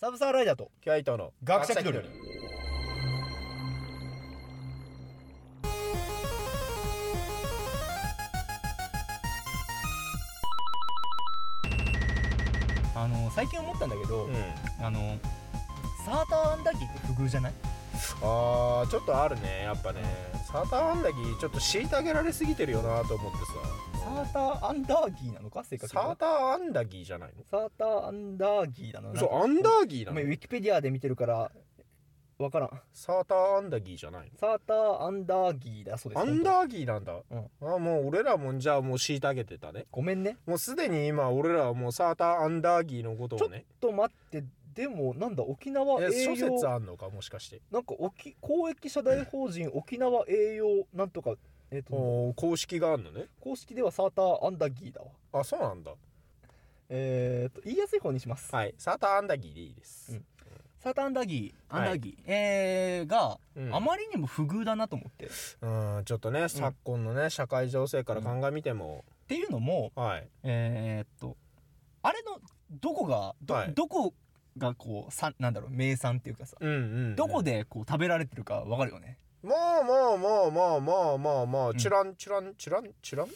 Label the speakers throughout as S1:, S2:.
S1: サブサーライダーと
S2: キャイトの
S1: 学者気取りあの最近思ったんだけど、
S2: うん
S1: あのサーターアンダギーって不遇じゃない
S2: あーちょっとあるねやっぱねサーターアンダギーちょっと虐げられすぎてるよなと思って
S1: サーターアンダーギーなのか正確
S2: さ
S1: に
S2: サー
S1: は
S2: ターアンダギーじゃない
S1: サーターアンダーギーなの
S2: の
S1: な
S2: そうアンダーギー
S1: ご
S2: な
S1: めんウ
S2: の
S1: ィキペディアで見てるからわからん
S2: サーターアンダギーじゃないの
S1: サーターアンダーギーだそうです
S2: アン
S1: 本
S2: ダーギーなんだ、
S1: うん
S2: あもう俺らもじゃあもう虐げてたね
S1: 当ごめんね
S2: もうすでに今俺らはもうサーターアンダーギーのことをね
S1: ちょっと待ってでもなんだ沖縄
S2: え
S1: 栄
S2: 諸
S1: 養
S2: 説あんのかもしかして
S1: なんか沖公益社大法人沖縄栄養なんとかえっ、と
S2: おー公式があんのね
S1: 公式ではサーターアンダーギーだわ
S2: あそうなんだ
S1: えっ、と言いやすい方にします、
S2: はいサーターアンダギーでいいです、
S1: うんサーターアンダーギーアン
S2: はい
S1: ダーギー、えーが、
S2: うん
S1: あまりにも不遇だなと思ってっ
S2: うんちょっとね、昨今のね社会情勢から鑑みても、
S1: ていうのも
S2: はい
S1: えーっとあれのどこがど,、
S2: はい
S1: どこがこうさなんだろう名産っていうかさ
S2: うんうん、うん
S1: どこでこう食べられてるかわかるよね
S2: まあまあまあまあまあまあまあ、
S1: ん
S2: チュランチュランチュランチュラン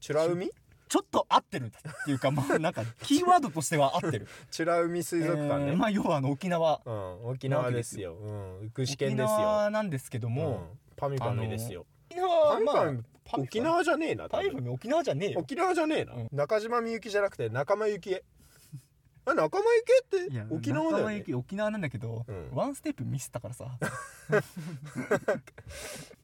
S2: チュラ海
S1: ちょっと合ってるっていうかま あなんかキーワードとしては合ってる
S2: チュラ海 水族館ね、
S1: えーまあ要はあの沖縄
S2: うん沖縄ですようん福島県で
S1: 沖
S2: すよ
S1: 縄なんですけども、
S2: うんパミパミですよ、
S1: 沖縄はまあ
S2: パミ
S1: パミ
S2: 沖縄じゃねえな多
S1: パ
S2: 分
S1: ミパミ沖縄じゃねえよ
S2: 沖縄じゃねえな、
S1: うん
S2: 中島みゆきじゃなくて仲間由 紀恵あ仲間由紀恵って沖縄だよね
S1: 沖縄なんだけど、
S2: うん
S1: ワンステップミスったからさ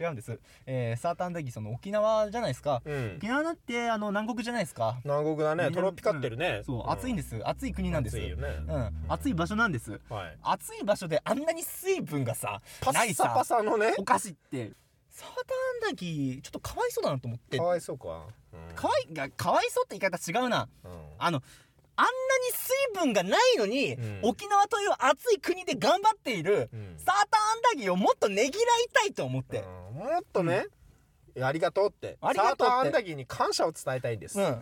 S1: 違うんです、えー、サーターアンダギーその沖縄じゃないですか
S2: うん
S1: 沖縄だってあの南国じゃないですか
S2: 南国だね
S1: 南
S2: トロピカってるね、
S1: そう暑いん
S2: で
S1: です暑い国なんです
S2: 暑いよね、
S1: うん暑い場所なんです
S2: はい
S1: 暑い場所であんなに水分がさ
S2: パ
S1: な
S2: ッ
S1: い
S2: サ
S1: さ
S2: パサのね
S1: お菓子ってサーターアンダギーちょっとかわいそうだなと思って
S2: かわいそうか、うん
S1: かわいがかわいそうって言い方違うな
S2: うん
S1: あのあんなに水分がないのに、
S2: うん
S1: 沖縄という暑い国で頑張っている、
S2: うん
S1: サーターアンダギーをもっとねぎらいたいと思って、
S2: うんもっとね、ありがとうって
S1: ありがとうって
S2: サーターアンダギーに感謝を伝えたいんです、
S1: うん
S2: うん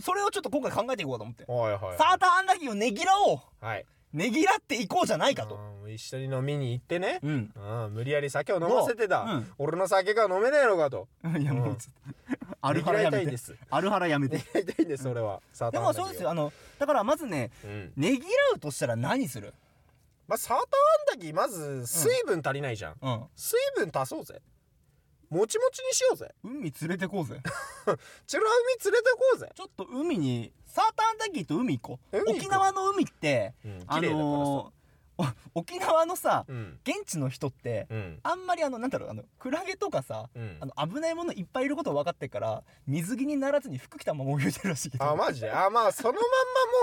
S1: それをちょっと今回考えていこうと思って、
S2: はいはい
S1: サーターアンダギーをねぎらおう
S2: はい
S1: ねぎらっていこうじゃないかと、
S2: うん一緒に飲みに行ってね、
S1: うん
S2: うん無理やり酒を飲ませてた、
S1: うん
S2: 俺の酒が飲めねえのかと
S1: いやもうちょっと、アルハラや
S2: ねぎらいた
S1: め
S2: いで
S1: て
S2: す
S1: アルハラやめて
S2: やりたいんですそれは、サー
S1: で
S2: ター
S1: も
S2: アンダ
S1: そ
S2: ギーを
S1: うですよあのだからまずね
S2: うん
S1: ねぎらうとしたら何する
S2: まあ、サーターアンダギーまず水分足りないじゃん、
S1: うん
S2: 水分足そうぜもちもちにしようぜ
S1: 海連れてこうぜ
S2: チュラ海連れてこうぜ、
S1: ちょっと海にサーターアンダギーと海行こう
S2: 海行こう
S1: 沖縄の海って
S2: うん、綺麗だから
S1: あ
S2: さ、
S1: のーお沖縄のさ
S2: うん
S1: 現地の人って
S2: うん
S1: あんまりあのなんだろうあのクラゲとかさ
S2: うん
S1: あの危ないものいっぱいいること分かってっから水着にならずに服着たまま泳いでるらしいけど
S2: あマジであまあその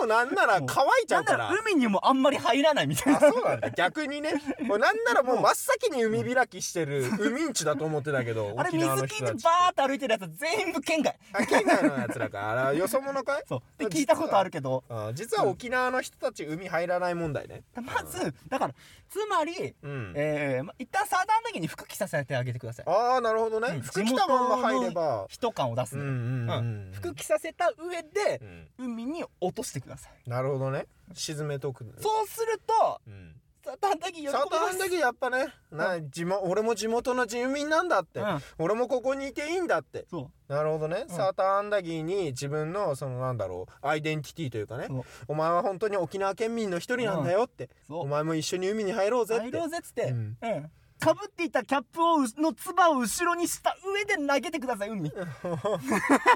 S2: まんまもうなんなら
S1: もう
S2: 乾いち
S1: な
S2: ゃうん
S1: な
S2: からら
S1: 海にもあんまり入らないみたい
S2: あ
S1: な
S2: そうなんだ逆にねもうなんならもう真っ先に海開きしてる海んちだと思ってたけど
S1: あれ
S2: 沖
S1: 水
S2: 縄の
S1: 着
S2: 人
S1: でバー
S2: たちって
S1: ッと歩いてるやつは全部県外
S2: あ県外のやつらかあれよそ者かい
S1: そうって聞いたことあるけど
S2: あ実は沖縄の人たち海入らない問題ね
S1: まずだからつまり
S2: うん
S1: えーま一旦サーターアンダギーに服着させてあげてください
S2: ああなるほどね、
S1: うん
S2: 服着たまんま入れば
S1: 人感を出す
S2: うん
S1: の
S2: う
S1: よ
S2: んうん、
S1: うん服着させた上で
S2: うん
S1: 海に落としてください
S2: なるほどね沈めとくね
S1: そうすると
S2: うん
S1: サーターアンダギー喜びます
S2: サーターアンダギーやっぱねな地元俺も地元の住民なんだって、
S1: うん
S2: 俺もここにいていいんだって
S1: そ
S2: なるほどね、
S1: うん
S2: サーターアンダギーに自分のそのなんだろうアイデンティティというかね
S1: そう
S2: お前は本当に沖縄県民の一人なんだよって、
S1: うそ
S2: お
S1: う
S2: 前も一緒に海に入ろうぜって
S1: 入ろうぜっつって、う
S2: う
S1: んんかぶっていたキャップをうのつばを後ろにした上で投げてください海に いけっつグ
S2: いけ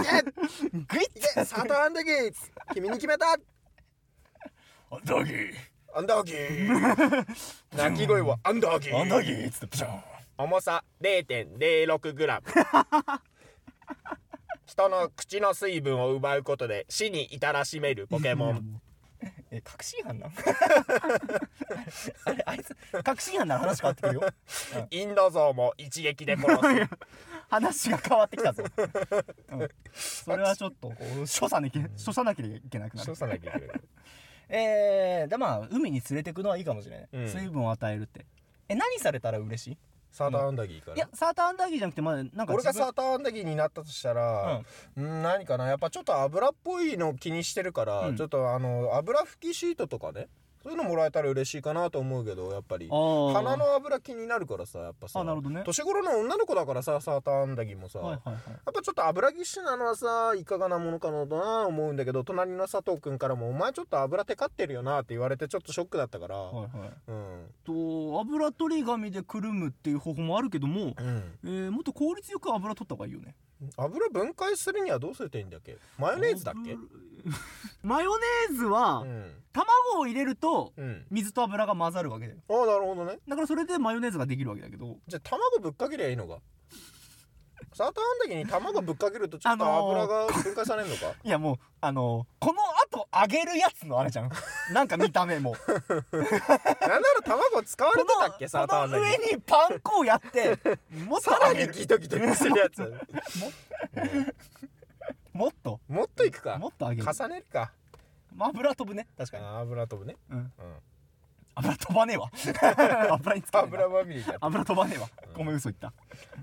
S1: イッ
S2: いけサーターアンダギー君に決めた
S1: アンダギー
S2: アンダーギー 鳴き声はアンダーギー
S1: アンダギーっつってプシャン
S2: 重さ 0.06g 人の口の水分を奪うことで死に至らしめるポケモン
S1: え確信犯なん あれあいつ確信犯なら話変わってくるよ
S2: インドゾウも一撃で殺 す
S1: 話が変わってきたぞ、うんそれはちょっとこう所作にけ所作なきゃいけなくなる
S2: さなきゃいけない
S1: えー、でまあ海に連れてくのはいいかもしれない、
S2: うん
S1: 水分を与えるってえ何されたら嬉しい
S2: サーターアンダギーから、
S1: いやサーターアンダーギーじゃなくてまだなんか
S2: 俺
S1: 自
S2: が
S1: 分
S2: サーターアンダギーになったとしたら、うん、何かなやっぱちょっと油っぽいの気にしてるから、
S1: うん
S2: ちょっとあの油拭きシートとかねそういうのもらえたら嬉しいかなと思うけどやっぱり
S1: あー
S2: 鼻の油気になるからさやっぱさ
S1: あなるほどね
S2: 年頃の女の子だからさサーターアンダギーもさ、
S1: はいはいはい
S2: やっぱちょっと油ぎっしなのはさいかがなものかなとな思うんだけど隣の佐藤君からも「お前ちょっと油テカってるよな」って言われてちょっとショックだったから、
S1: はいはい
S2: うん
S1: と油取り紙でくるむっていう方法もあるけども、
S2: うん
S1: えー、もっと効率よく油取った方がいいよね
S2: 油分解するにはどうするといいんだっけマヨネーズだっけ
S1: 油 マヨネーズは、
S2: うん
S1: 卵を入れると
S2: うん
S1: 水と油が混ざるわけだよ
S2: ああなるほどね
S1: だからそれでマヨネーズができるわけだけど
S2: じゃあ卵ぶっかけりゃいいのかサーターアンダギーに卵ぶっかけるとちょっと
S1: あのー
S2: 油が分解されるのか、
S1: いやもうあのこの後揚げるやつのあれじゃ んなんか見た目も
S2: なんなら卵使われてたっけサーター
S1: こ
S2: アン
S1: の
S2: ダギ
S1: 上
S2: ー
S1: にパン粉をやってもっと
S2: さら
S1: 揚げ
S2: に
S1: る
S2: ギトギトするやつうん
S1: もっと
S2: もっといくか
S1: もっと揚げる
S2: 重ねるか
S1: まあ油飛ぶね確かに、
S2: あー油飛ぶね
S1: うん、
S2: うん
S1: 油飛ばねえ わ油につかねえな
S2: 油まみれじゃん
S1: 油飛ばねえわごめん嘘言った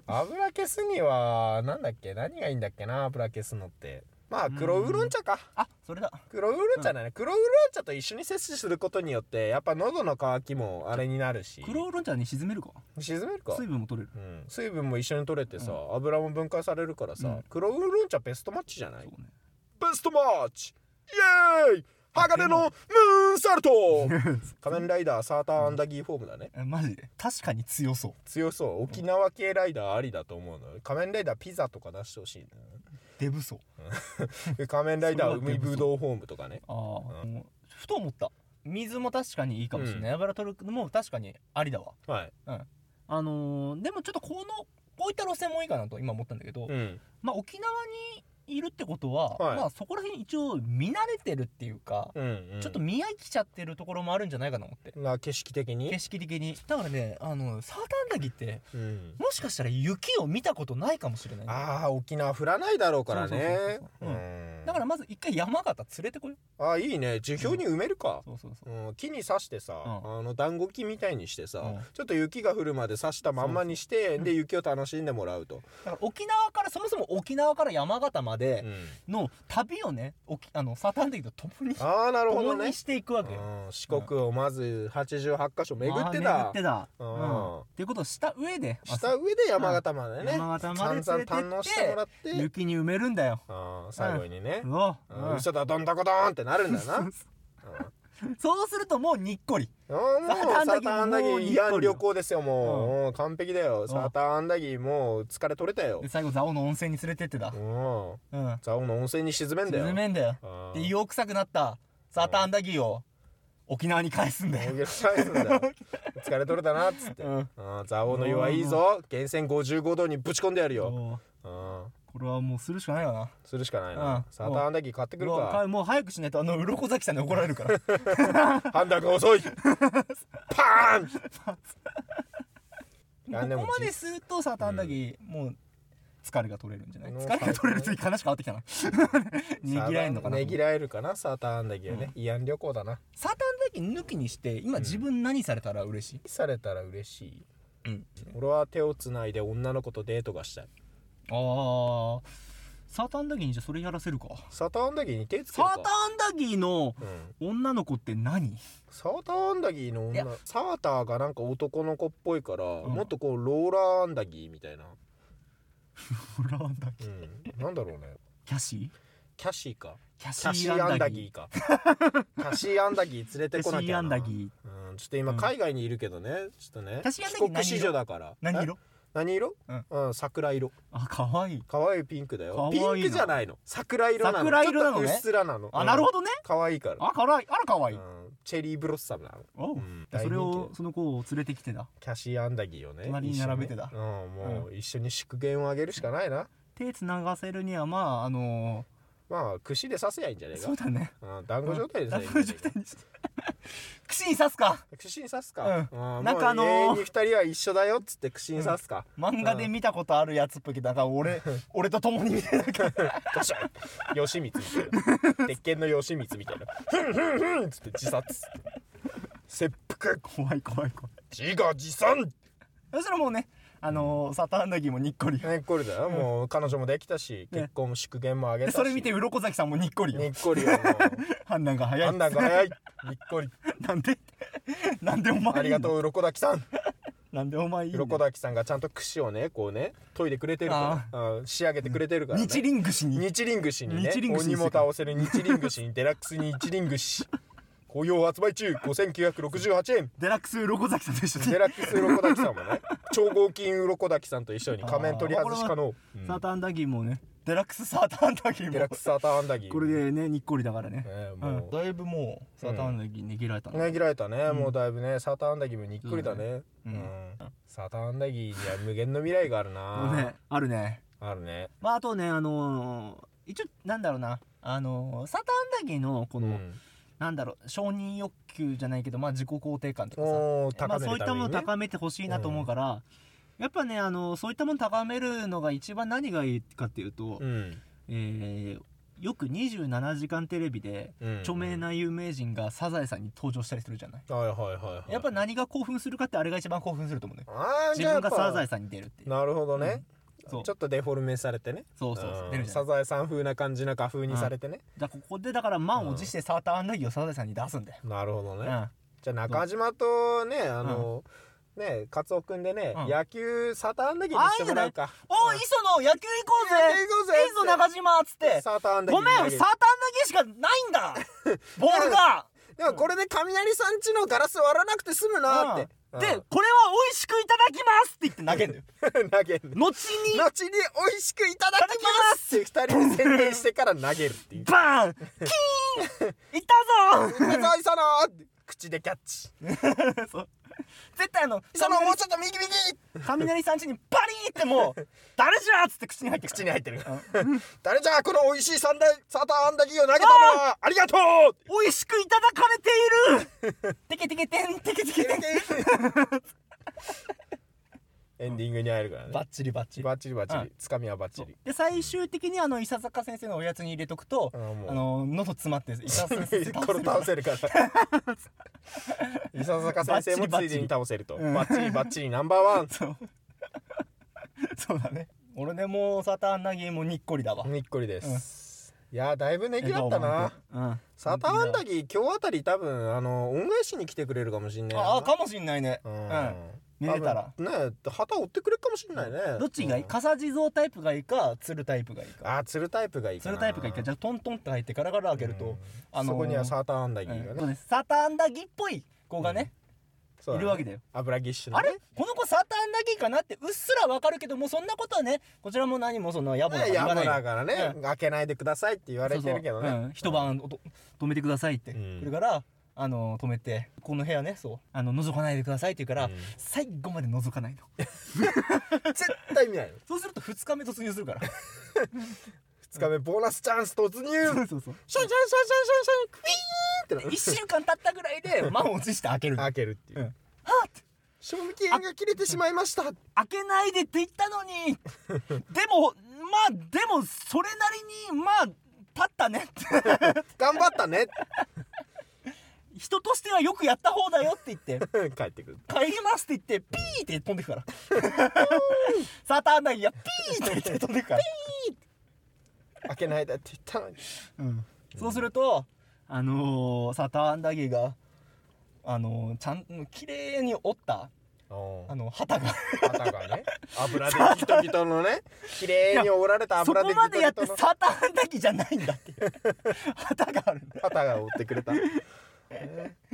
S2: 油消すにはなんだっけ何がいいんだっけな油消すのってまあ黒ウーロン茶か
S1: あそれだ
S2: 黒ウーロン茶だね、黒ウーロン茶と一緒に摂取することによってやっぱ喉の渇きもあれになるし
S1: 黒ウーロン茶に沈めるか
S2: 沈めるか
S1: 水分も取れる
S2: うん、水分も一緒に取れてさ、油も分解されるからさ、
S1: うん
S2: 黒ウーロン茶ベストマッチじゃない
S1: そうね
S2: ベストマッチイエーイ鋼のムーンサ ルト仮面ライダーサーターアンダギーフォームだね、
S1: えマジで確かに強そう
S2: 強そう沖縄系ライダーありだと思うの仮面ライダーピザとか出して ほしいな
S1: デブそう
S2: で仮面ライダー海ぶどうホームとかね
S1: ああ、もうふと思った水も確かにいいかもしれない、油取るのも確かにありだわ
S2: はい、
S1: あのーでもちょっとこのこういった路線もいいかなと今思ったんだけど、
S2: うん、
S1: まあ沖縄にいるってことは、
S2: はい
S1: まあそこら辺一応見慣れてるっていうか、
S2: うんうん
S1: ちょっと見飽きちゃってるところもあるんじゃないかなと思って
S2: な景色的に
S1: 景、色的にだからねあのサーターアンダギーって
S2: うん、
S1: もしかしたら雪を見たことないかもしれない
S2: ああ沖縄降らないだろうからね
S1: そうそうそう
S2: う
S1: そううん
S2: ん
S1: だからまず一回山形連れてこよう
S2: ああいいね樹氷に埋めるか、
S1: そうそうそう
S2: うん、木に刺してさ、
S1: う
S2: あの団子木みたいにしてさ、
S1: うん
S2: ちょっと雪が降るまで刺したまんまにしてで雪を楽しんでもらうと、
S1: だから沖縄からそもそも沖縄から山形までの旅をね沖あのサーターアンダギーと共に
S2: ああなるほど
S1: 共
S2: ね
S1: にしていくわけよ
S2: うん四国をまず88箇所巡って
S1: あー巡
S2: た
S1: ってたう
S2: うん
S1: んっていうことをした上で
S2: した上で山形までね
S1: 山形まで連れてって
S2: 散々堪能してもらって
S1: 雪に埋めるんだよ
S2: あー最後にね
S1: う、わ
S2: うん
S1: うん
S2: 嘘だどんだこどーんってなるんだよな、うん、
S1: そうするともうにっこり
S2: あーもう
S1: サーターア
S2: サ
S1: ンダギー
S2: ーターアンダギ
S1: もう
S2: ー
S1: いい
S2: い
S1: よ
S2: や旅行ですよもう
S1: う、
S2: うん完璧だよサーターアンダギーもう疲れ取れたよ
S1: で、最後蔵王の温泉に連れてってた
S2: うん、
S1: うん
S2: 蔵王の温泉に沈めんだよ
S1: 沈めんだよ
S2: あ
S1: で
S2: ー
S1: 硫黄臭くなったサーターアンダギーを沖縄に返すんだ
S2: 大
S1: よ
S2: げさにすんだよ疲れ取れたなっつって
S1: うん
S2: うん蔵王の湯はいいぞ源泉55度にぶち込んでやるよ
S1: そう
S2: うん
S1: これはもうするしかないよな
S2: するしかない
S1: うん
S2: なサーターアンダギー買ってくる
S1: うわ
S2: か
S1: もう早くしないとあの鱗崎さんに怒られるから
S2: 判断が遅いパーンいやで
S1: こ
S2: も
S1: こまでするとサーターアンダギー、もう疲れが取れるんじゃない
S2: もう
S1: 疲れが取れるという悲しくなってき たなねぎらえんのかな
S2: ねぎらえるかなサーターアンダギーはね慰安旅行だな
S1: サーターアンダギー抜きにして今自分何されたら嬉しい、
S2: されたら嬉しい
S1: うん、
S2: 俺は手をつないで女の子とデートがしたい
S1: あーサーターアンダギーにじゃあそれやらせるか
S2: サーターアンダギーに手つけ
S1: サ
S2: る
S1: ー
S2: か
S1: ターアンダギーの
S2: うん
S1: 女の子って何
S2: サーターアンダギーの
S1: い
S2: 女
S1: や
S2: サーターがなんか男の子っぽいから、
S1: ん
S2: もっとこうローラーアンダギーみたいな、
S1: フラアンダギー
S2: うん、なんだろうね
S1: キャシー
S2: キャシーか
S1: キャ
S2: キャシーアンダギーかキャシーアンダギー連れ
S1: キ
S2: てこな
S1: ャシ
S2: き
S1: ー
S2: ゃ
S1: アンダ
S2: な
S1: ギ
S2: うん、ちょっと今海外にいるけどね、ちょっとね
S1: キャシーアンダギー
S2: 帰国子女だから
S1: ー何
S2: え
S1: 色
S2: 何色
S1: うん、
S2: うん、桜色
S1: あ可愛い
S2: 可愛いピンクだよ
S1: 可愛い
S2: ピ
S1: な
S2: ンクじゃないの桜色なの
S1: 桜色なの
S2: ちょ
S1: ね
S2: っとうっすらなの
S1: あなるほ
S2: ど
S1: どね
S2: 可愛いから
S1: あ可愛いあら可愛い
S2: うん、チェリーブロッサムなの
S1: おう
S2: うん
S1: それ
S2: 大人気だ
S1: を
S2: よ
S1: その子を連れてきてた
S2: キャシーアンダギーをね
S1: 隣に並べてだ
S2: 一緒にねうんもう一緒に祝言をあげるしかないな、
S1: 手つながせるにはまああの
S2: まあ串で刺せやいいんじゃね
S1: ー
S2: え
S1: そうだね
S2: か、うん、団子状態で
S1: ラ
S2: 刺せ
S1: ブ状 態にして串に刺すか
S2: 串に刺すか、
S1: う
S2: うん
S1: なんかあのー
S2: もう永遠に二人は一緒だよっつって串に刺すか、
S1: 漫画で見たことあるやつっぽいけどだから 俺俺と共に見てなきゃ
S2: ガシャン吉光みたい な鉄拳の吉光みたいなふんふんふんっつって自殺切腹
S1: 怖い怖い怖い
S2: 自画自賛
S1: そしたらもうねあのー、サターンナギもにっこりよ
S2: ねっこりだよもう彼女もできたし
S1: ね
S2: 結婚も祝言もあげ
S1: で
S2: たし
S1: それ見て鱗崎さんもにっこり
S2: に
S1: よ
S2: っこりよも
S1: 判断が
S2: う
S1: 早い
S2: 判断が早いにっこり
S1: なんでなんでお前
S2: ありがと
S1: う
S2: う鱗滝さん
S1: なんでお前いいんだよ
S2: 鱗滝さんがちゃんと櫛をねこうね研いでくれてるからあー仕上げてくれてるから、ね、
S1: 日輪串に
S2: 日輪串にね
S1: 日輪串に
S2: 鬼も倒せる日輪串にデラックスに一輪串 好評発売中5968円
S1: デラックス鱗崎さんと一緒
S2: デ
S1: に
S2: ラックス鱗滝さん もね超合金鱗滝さんと一緒に仮面取り外し可能、うん
S1: サーターアンダギーもねデラックスサーターアンダギー
S2: デラック
S1: も
S2: スサーターアンダギー
S1: これでねにっこりだからね
S2: ね
S1: う
S2: も
S1: ん
S2: う
S1: だいぶもうサーターアンダギー逃げられたんだ
S2: ねぎられたね、
S1: ん
S2: もうだいぶねサーターアンダギーもにっくりだね
S1: う
S2: うんん、サーターアンダギーには無限の未来がある
S1: も
S2: な、
S1: うねあるね
S2: あるね
S1: まああとねあのー一応なんだろうなあのーサーターアンダギーのこ
S2: う
S1: の、
S2: ん、
S1: なんだろう承認欲求じゃないけどまあ自己肯定感とかさ
S2: おー
S1: ま
S2: 高
S1: あ、
S2: め
S1: そういっ
S2: る
S1: た
S2: ため
S1: もの
S2: に、
S1: を
S2: ね
S1: 高めてほしいなと思うから、やっぱねあのそういったものを高めるのが一番何がいいかっていうと、
S2: うん
S1: えーよく「27時間テレビ」で
S2: うん、
S1: 著名な有名人がサザエさんに登場したりするじゃない、
S2: はいはいはい、はい、
S1: やっぱ何が興奮するかってあれが一番興奮すると思うね
S2: あー
S1: 自
S2: じゃあや
S1: 分
S2: っぱ
S1: がサザエさんに出るっていう
S2: なるほどね、
S1: そう
S2: ちょっとデフォルメされてね
S1: そうそうそう、
S2: ん
S1: 出るじゃな
S2: サ
S1: い
S2: ザエさん風な感じな画風にされてね、
S1: だからここでだから満を持してサーターアンダギーをサザエさんに出すんだよ、
S2: なるほど
S1: う
S2: ね、
S1: ん
S2: じゃあ中島とねあの、ねカツオくんでね、
S1: うん
S2: 野球サーターアンダギーにしてもらうか
S1: おい磯野野球行こう
S2: 野
S1: ぜ
S2: 球行こうぜ
S1: いいぞ中島っつって
S2: サーターアンダギ
S1: ご
S2: ー
S1: めんサーターアンダギーしかないん だボールが
S2: でもこれで雷さんちのガラス割らなくて済むなって。
S1: で、これは美味しくいただきますって言って投げる のよ。
S2: うん、 投げる。
S1: 後に、
S2: 後に美味しくいただきますって二人で宣言してから投げるっ ていう。
S1: バーンキーンい た
S2: 梅沢さの口でキャッチ。
S1: ぞそう絶対あの、
S2: そのもうちょっと右右
S1: 雷さん家にバリーっても う、誰じゃっつって口に入ってく
S2: 口
S1: る。
S2: に入ってる。誰じゃあこの美味しいサンダサーターアンダギーを投げたのはありがとう
S1: 美味しくいただかれているテケテケテンテケテケテン
S2: エンディングに入るからね。
S1: バッチリバッチリ
S2: バッチリバッチ
S1: うん
S2: リ。つかみはバッチリ。
S1: で最終的にあの伊佐坂先生のおやつに入れとくと
S2: あ
S1: あ
S2: もう
S1: の喉詰まって伊佐坂先生倒
S2: これ倒せるから伊佐坂先生もついでに倒せると
S1: うん
S2: バッチリバッチリナンバーワン
S1: そうそうだね俺でもうサターン投げもにっこりだわ
S2: にっこりです、いやーだいぶねぎらったな
S1: うん
S2: サターアンダギー今日あたり多分あの恩返しに来てくれるかもしんないな
S1: ああかもしんないね
S2: う
S1: うんん見れたら
S2: 多分ね旗追ってくれるかもしんないね、
S1: どっちがいい
S2: うん
S1: 傘地蔵タイプがいいか鶴タイプがいいか
S2: あー釣るタイプがいいか
S1: 鶴
S2: な
S1: タイプがいいかじゃあトントンって入ってガラガラ開ける
S2: うん
S1: とあのー
S2: そこにはサターアンダギーが
S1: うん
S2: ね、
S1: そうですサターアンダギーっぽい子がね
S2: そう
S1: い
S2: だね
S1: るわけだよ
S2: 油ぎっしゅの
S1: あ
S2: ね
S1: れこの子サターアンダギーかなってうっすらわかるけどもうそんなことはねこちらも何もその野暮なこと
S2: ね
S1: 言
S2: や
S1: わ
S2: ぶ
S1: ない
S2: だからね、
S1: う
S2: 開けないでくださいって言われてるけどね
S1: そうそううん一晩おと止めてくださいって
S2: うん
S1: 来るからあのー止めてこの部屋ねそうあの覗かないでくださいって言うから
S2: うん
S1: 最後まで覗かない の
S2: 絶対見ないの
S1: そうすると2日目突入するから
S2: 2日目ボーナスチャンス突入シャンシャンシャンシャン
S1: そう
S2: シャン
S1: そう
S2: シャンクイーンってなる
S1: 1週間経ったぐらいで満を持して開ける
S2: 開けるっていう、
S1: うん
S2: はっ賞味期限が切れてしまいました
S1: 開けないでって言ったのに でもまあでもそれなりにまあ立ったねって
S2: 頑張ったね
S1: 人としてはよくやった方だよって言って
S2: 帰ってくる
S1: 帰りますって言ってピーって飛んでくから サターンダギーがピーって言って飛んでくから、
S2: 開けないでって言ったのに
S1: うんそうするとあのー、サターンダギーがあのー、ちゃん綺麗に折ったあの旗が
S2: 肩がね油でギトギトのね綺麗に折られた
S1: そ
S2: 油
S1: こ
S2: でギ
S1: ま
S2: ト
S1: でやって
S2: ギトの
S1: サターンダギーじゃないんだっていう旗があるんだ
S2: 旗が折ってくれた、ね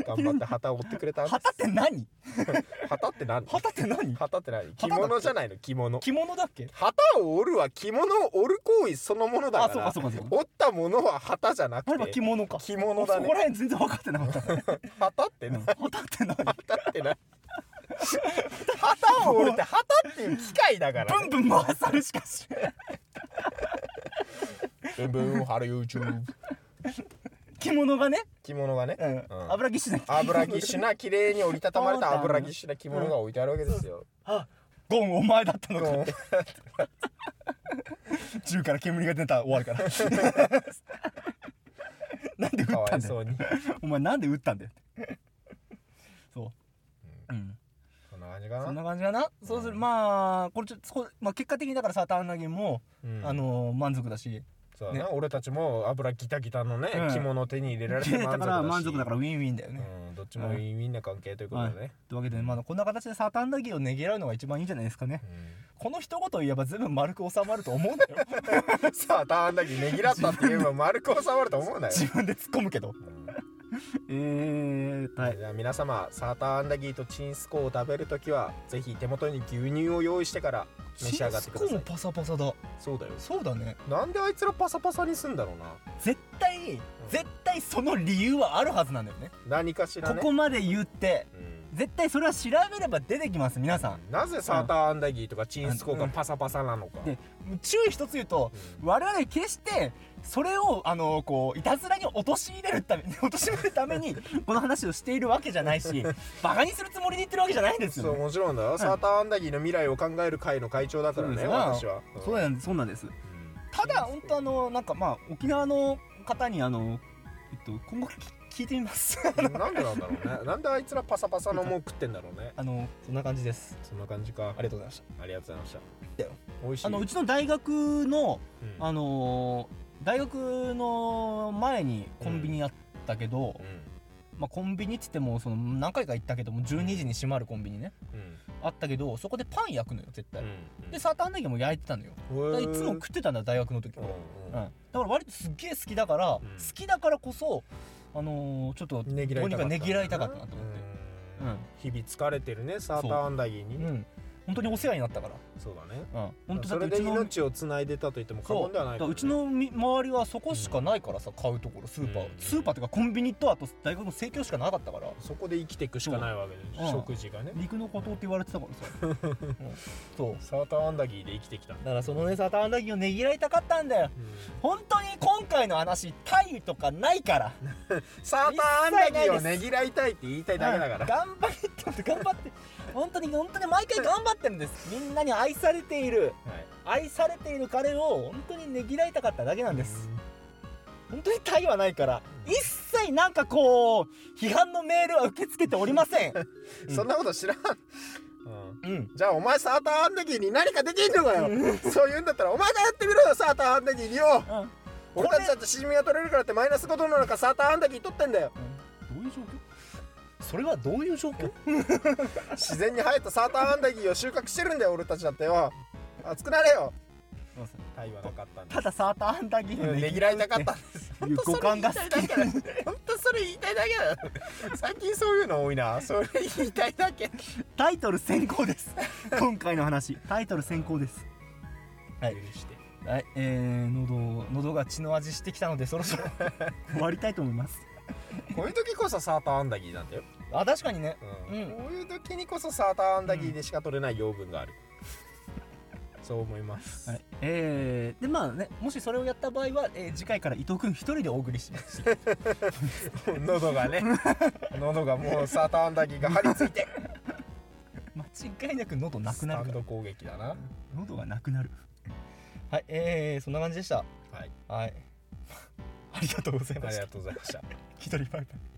S2: 頑張って旗を折ってくれたんです
S1: 旗って何
S2: 旗って何
S1: 旗って何
S2: 旗って何着物じゃないの着物
S1: 着物だっけ
S2: 旗を折るは着物を折る行為そのものだ
S1: あ
S2: か
S1: そうからそうかそうか
S2: 折ったものは旗じゃな
S1: あれ
S2: く
S1: は
S2: て
S1: 着物か
S2: 着物だね
S1: そこら辺全然分かってなか った
S2: 旗って何
S1: 旗って何
S2: 旗って何 旗を折るって旗っていう機械だから
S1: ブンブン回されしか し
S2: ブンブンハル YouTube
S1: 着物がね
S2: 着物がね、
S1: うん、
S2: うん
S1: 油ぎっしゅ
S2: 油ぎっしゅ な綺麗に折りたたまれた油ぎっしゅな着物が置いてあるわけですよ、
S1: あゴンお前だったの
S2: こ
S1: か
S2: う
S1: 銃から煙が出たら終わるから なんで撃
S2: か
S1: っ
S2: わ
S1: たん
S2: い
S1: だ
S2: そ
S1: よ
S2: うに
S1: お前なんで撃ったんだよそう、うん、
S2: その感じかな
S1: そんな感じかな、そうするまあこれちょこまあ、結果的にだからサーターアンダギーも、
S2: うん
S1: あのー満足だし
S2: そうだな、
S1: ね
S2: 俺たちも油ギタギタのね、
S1: うん
S2: 着物を手に入れられて
S1: 切れ
S2: 満足
S1: た
S2: だ
S1: から
S2: し
S1: 満足 だからウィンウィンだよね、
S2: うん、どっちもウィンウィンな関係ということでね、
S1: というわけで、まあ、こんな形でサーターアンダギーをねぎらうのが一番いいんじゃないですかね、この一言言えば全部丸く収まると 思うんだよ
S2: うん、 さあターンだけねぎらったって言えば丸く収まると思うなよ、
S1: 自分で突っ込むけど
S2: うん
S1: えー、はい
S2: じゃあ皆様サーターアンダギーとチンスコーを食べるときはぜひ手元に牛乳を用意してから召し上がってくだ
S1: チンスコ
S2: さ
S1: も
S2: い
S1: パサパサだ
S2: そうだよ
S1: そうだね
S2: なんであいつらパサパサにすんだろうな
S1: 絶対絶対その理由はあるはずなんだよね
S2: 何かしら
S1: こ
S2: ね
S1: こまで言って
S2: うん
S1: 絶対それは調べれば出てきます皆さん
S2: なぜサーターアンダギーとかチンスコーがパサパサなのか、
S1: で注意一つ言うと
S2: うん
S1: 我々決してそれをあのこういたずらに陥れるために 陥れるためにこの話をしているわけじゃないしバカにするつもりで言ってるわけじゃないんです
S2: そ
S1: よ、
S2: う
S1: ね、
S2: もちろんだよ、サーターアンダギーの未来を考える会の会長だから
S1: そうで
S2: ね
S1: すな
S2: 私は、ん
S1: そうなんですそうなんですただ本当あのなんかまあ沖縄の方にあのえっと今後き聞いてみます
S2: うんなんでなんだろうねなんであいつらパサパサのもん食ってんだろう ね
S1: あのそんな感じです
S2: そんな感じか
S1: ありがとうございまし
S2: ありがとうございました
S1: だよ
S2: 美味しい
S1: たあのうちの大学の
S2: うん
S1: あのー大学の前にコンビニあったけど、まあ、コンビニっつってもその何回か行ったけども12時に閉まるコンビニね
S2: うんうん
S1: あったけどそこでパン焼くのよ絶対、
S2: うん
S1: でサーターアンダギーも焼いてたのよだからいつも食ってたんだ大学の時
S2: う
S1: は、うん
S2: ん
S1: だから割とすっげえ好きだから、
S2: ん
S1: 好きだからこそあのーちょっと
S2: ねぎ
S1: どうにかね
S2: ね
S1: ぎ
S2: ぎ
S1: ら
S2: ら
S1: い
S2: い
S1: た
S2: た
S1: か
S2: か
S1: っ
S2: ったた
S1: な
S2: な
S1: と思って
S2: うん
S1: うん
S2: 日々疲れてるねサーターアンダギーに
S1: う
S2: ね
S1: ん本当にお世話になったから
S2: そうだね
S1: うん本当だ
S2: そ
S1: って
S2: れ
S1: う
S2: で
S1: ちの
S2: 命をつないでたと言っても過
S1: そう
S2: 言で
S1: だ
S2: は
S1: か
S2: ない
S1: らうちのみ周りはそこしかないからさ買うところスーパー、
S2: うん
S1: スーパーっていうかコンビニとあと大学の生協しかなかったから
S2: そこで生きていくしかないわけ
S1: そう
S2: で食事がね
S1: 肉の孤島って言われてたから さ、うんそう
S2: サーターアンダギーで生きてきた
S1: だからそのねサターアンダギーをねぎらいたかったんだよ本当に今回の話大義とかないから
S2: サーターアンダギーをねぎらいたいって言いたいだけだから
S1: 頑張れって頑張って本当に本当に毎回頑張ってるんですみんなに愛されている
S2: はい
S1: 愛されている彼を本当にねぎらいたかっただけなんです本当に大義はないから一切なんかこう批判のメールは受け付けておりま せんうん
S2: そんなこと知らんうん
S1: うん
S2: じゃあお前サーターアンダギーに何かできんのかよそう言うんだったらお前がやってみろよサーターアンダギーによ
S1: うん
S2: 俺たちだってシジミが取れるからってマイナス5度の中サーターアンダギー取ってんだよ
S1: どういう状況それはどういう状況
S2: 自然に生えたサーターアンダギーを収穫してるんだよ俺たちだってよ熱くなれよはいはなかったん
S1: ただサーターアンダギーを
S2: ね
S1: ね
S2: ぎ
S1: ぎ
S2: ら
S1: ら
S2: い
S1: い
S2: た
S1: た
S2: か
S1: か
S2: っ
S1: ったた
S2: ん です
S1: いう五感が好き
S2: 本当それ言いたいだけだよ最近そういうの多いなそれ言いたいだけ
S1: タイトル先行です 今回の話タイトル先行ですはい
S2: して
S1: はいえー、喉喉が血の味してきたのでそろそろ 終わりたいと思います
S2: こういう時こそサーターアンダギーなんだよ、
S1: あ確かにね
S2: うん
S1: うん
S2: こういう時にこそサーターアンダギーでしか取れない養分が ある、そう思います、
S1: はいえー、でまあねもしそれをやった場合は、えー次回から伊藤君一人でお送りします
S2: 喉がね 喉がもうサーターアンダギーが張り付い て
S1: 間違いなく喉なくなる
S2: スタン
S1: から
S2: ド攻撃だな、
S1: 喉がなくなるはいえー、そんな感じでした
S2: はい
S1: はい ありがとうござい
S2: あ
S1: ま
S2: り
S1: し
S2: が
S1: た
S2: とうございました
S1: 一人バイバイ